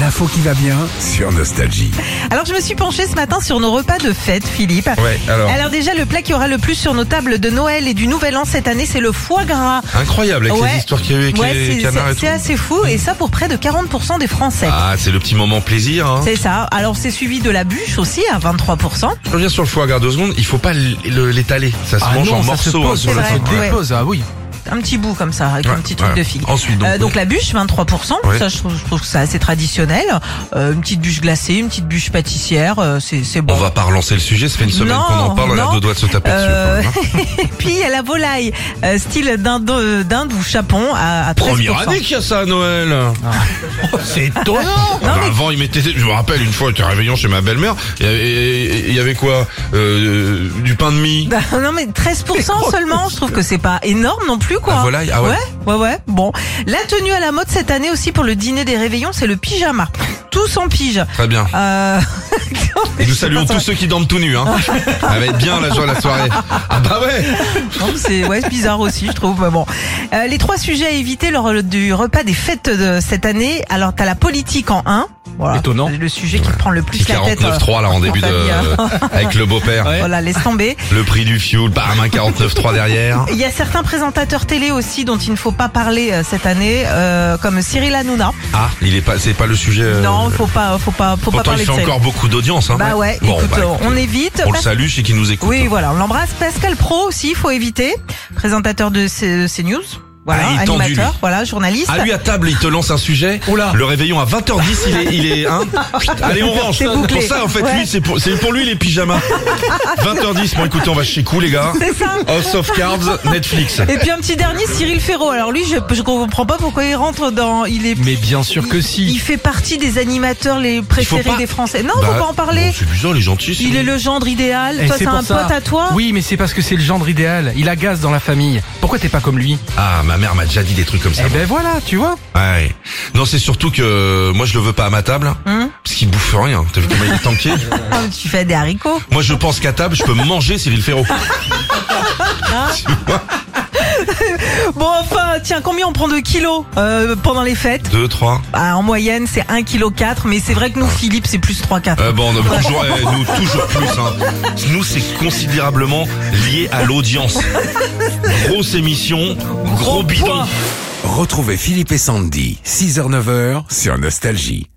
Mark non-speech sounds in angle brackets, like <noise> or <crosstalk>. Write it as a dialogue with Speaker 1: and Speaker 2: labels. Speaker 1: L'info qui va bien.
Speaker 2: Sur Nostalgie.
Speaker 3: Alors, je me suis penchée ce matin sur nos repas de fête, Philippe.
Speaker 2: Ouais, alors.
Speaker 3: Alors déjà, le plat qui aura le plus sur nos tables de Noël et du Nouvel An cette année, c'est le foie gras.
Speaker 2: Incroyable avec
Speaker 3: Ouais.
Speaker 2: les histoires qu'il y a eu avec
Speaker 3: Ouais,
Speaker 2: les
Speaker 3: c'est-
Speaker 2: canards et
Speaker 3: c'est
Speaker 2: tout.
Speaker 3: c'est assez fou, et ça pour près de 40% des Français.
Speaker 2: Ah, c'est le petit moment plaisir. Hein.
Speaker 3: C'est ça. Alors, c'est suivi de la bûche aussi, à 23%.
Speaker 2: Je reviens sur le foie gras deux secondes. Il faut pas l- le- l'étaler. Ça se
Speaker 1: Ah
Speaker 2: mange
Speaker 1: non,
Speaker 2: en
Speaker 1: ça se
Speaker 2: morceaux hein,
Speaker 1: pose,
Speaker 2: sur
Speaker 3: c'est
Speaker 2: la
Speaker 3: vrai.
Speaker 2: fin.
Speaker 3: Ouais.
Speaker 1: dépose, ah oui.
Speaker 3: Un petit bout comme ça, avec
Speaker 2: Ouais,
Speaker 3: un petit truc
Speaker 2: ouais.
Speaker 3: de figue.
Speaker 2: Ensuite, donc,
Speaker 3: Euh, donc la bûche, 23%.
Speaker 2: Ouais.
Speaker 3: Ça, je trouve, je trouve que c'est assez traditionnel. Euh, une petite bûche glacée, une petite bûche pâtissière, euh, c'est c'est bon.
Speaker 2: on va pas relancer le sujet. Ça fait une semaine
Speaker 3: Non,
Speaker 2: qu'on en parle. On a
Speaker 3: non.
Speaker 2: deux doigts de se taper
Speaker 3: Euh, <laughs>
Speaker 2: dessus. quand même, hein.
Speaker 3: Et puis il y a la volaille, euh, style d'Inde euh, d'Inde ou Japon à, à 13%.
Speaker 2: Première année qu'il y a ça à
Speaker 3: Ah.
Speaker 2: Noël.
Speaker 1: C'est étonnant.
Speaker 2: Ah bah, Avant, ils mettaient. Je me rappelle une fois, j'étais réveillant chez ma belle-mère. Il y avait- il y avait quoi Euh, Du pain de mie.
Speaker 3: Bah, non mais
Speaker 2: <laughs>
Speaker 3: 13% seulement, je trouve que c'est pas énorme non plus quoi.
Speaker 2: La volaille, ah ouais.
Speaker 3: ouais, ouais, ouais. Bon, la tenue à la mode cette année aussi pour le dîner des réveillons, c'est le pyjama. Tous en pige. <laughs>
Speaker 2: Très bien.
Speaker 3: Euh...
Speaker 2: Et nous saluons tous ceux qui dorment tout
Speaker 3: <laughs>
Speaker 2: nus. Hein. Ça va être bien la joie la soirée. Ah bah ouais.
Speaker 3: Non, mais C'est ouais, c'est bizarre aussi, je trouve. Mais bon. Euh, les trois sujets à éviter lors du repas des fêtes de cette année. Alors, t'as la politique en 1. Voilà.
Speaker 1: Étonnant.
Speaker 3: C'est Le sujet qui prend le plus
Speaker 2: Petit
Speaker 3: la tête. euh,
Speaker 2: 49.3 là en début de euh,
Speaker 3: famille, hein.
Speaker 2: avec le beau-père.
Speaker 1: Ouais.
Speaker 3: Voilà, laisse tomber.
Speaker 2: Le prix du fioul, bam, un 49.3 derrière.
Speaker 3: Il y a certains présentateurs télé aussi dont il ne faut pas parler euh, cette année, euh, comme Cyril Hanouna.
Speaker 2: Ah, il est pas, c'est pas le sujet. euh,
Speaker 3: non, faut pas, faut pas, faut pas
Speaker 2: Pourtant, il
Speaker 3: parler
Speaker 2: fait
Speaker 3: de ça.
Speaker 2: encore beaucoup d'audience. Hein.
Speaker 3: Bah ouais,
Speaker 2: Bon,
Speaker 3: écoute,
Speaker 2: bah,
Speaker 3: euh, on évite.
Speaker 2: on le
Speaker 3: Pas-
Speaker 2: salue, c'est qu'il nous écoute.
Speaker 3: Oui, voilà, on l'embrasse. Pascal Pro aussi, il faut éviter. Présentateur de C- euh, CNews. Voilà,
Speaker 2: Ah, il est tendu,
Speaker 3: animateur,
Speaker 2: lui.
Speaker 3: voilà, journaliste.
Speaker 2: À lui ah. à table, il te lance un sujet.
Speaker 1: Oula.
Speaker 2: Le réveillon à 20h10, il est, il est, hein.
Speaker 3: <laughs>
Speaker 2: Allez, on range.
Speaker 3: C'est bouclé.
Speaker 2: Pour ça, en fait,
Speaker 3: Ouais.
Speaker 2: lui, c'est pour, c'est pour lui
Speaker 3: <laughs>
Speaker 2: les pyjamas. 20h10. Bon, écoutez, on va chez coup, les gars.
Speaker 3: C'est ça.
Speaker 2: House of Cards, Netflix.
Speaker 3: Et puis un petit dernier, Cyril Ferraud. Alors lui, je, je comprends pas pourquoi il rentre dans. Il est.
Speaker 1: Mais bien sûr que
Speaker 3: Il
Speaker 1: si.
Speaker 3: fait partie des animateurs les préférés
Speaker 2: pas-
Speaker 3: des Français. Non,
Speaker 2: Bah,
Speaker 3: faut pas en parler.
Speaker 2: bon, c'est bizarre, les gentils.
Speaker 3: il est le gendre idéal.
Speaker 1: Et
Speaker 3: toi, c'est
Speaker 1: Eh, pour
Speaker 3: un
Speaker 1: ça.
Speaker 3: pote à toi.
Speaker 1: Oui, mais c'est parce que c'est le gendre idéal. Il agace dans la famille. Pourquoi t'es pas comme lui
Speaker 2: Ah, ma mère m'a déjà dit des trucs comme ça.
Speaker 1: Eh ben voilà, tu vois.
Speaker 2: Ouais. Non, c'est surtout que euh, moi je le veux pas à ma table hein.
Speaker 3: Hum.
Speaker 2: parce qu'il bouffe rien. T'as vu comment il est
Speaker 3: <laughs>
Speaker 2: tanké
Speaker 3: Ah, mais tu fais des haricots.
Speaker 2: Moi je pense qu'à table je peux manger Cyril Ferraud. Tu vois
Speaker 3: Bon, enfin, tiens, combien on prend de kilos euh, pendant les fêtes
Speaker 2: Deux, trois.
Speaker 3: Bah, En moyenne, c'est 1,4 kg, mais c'est vrai que nous, Philippe, c'est plus 3,4.
Speaker 2: Euh, bon, on a toujours, eh, nous toujours plus. Hein. Nous c'est considérablement lié à l'audience. Grosse émission, gros,
Speaker 3: Gros
Speaker 2: bidon.
Speaker 3: poids.
Speaker 4: Retrouvez Philippe et Sandy, 6h-9h, sur Nostalgie.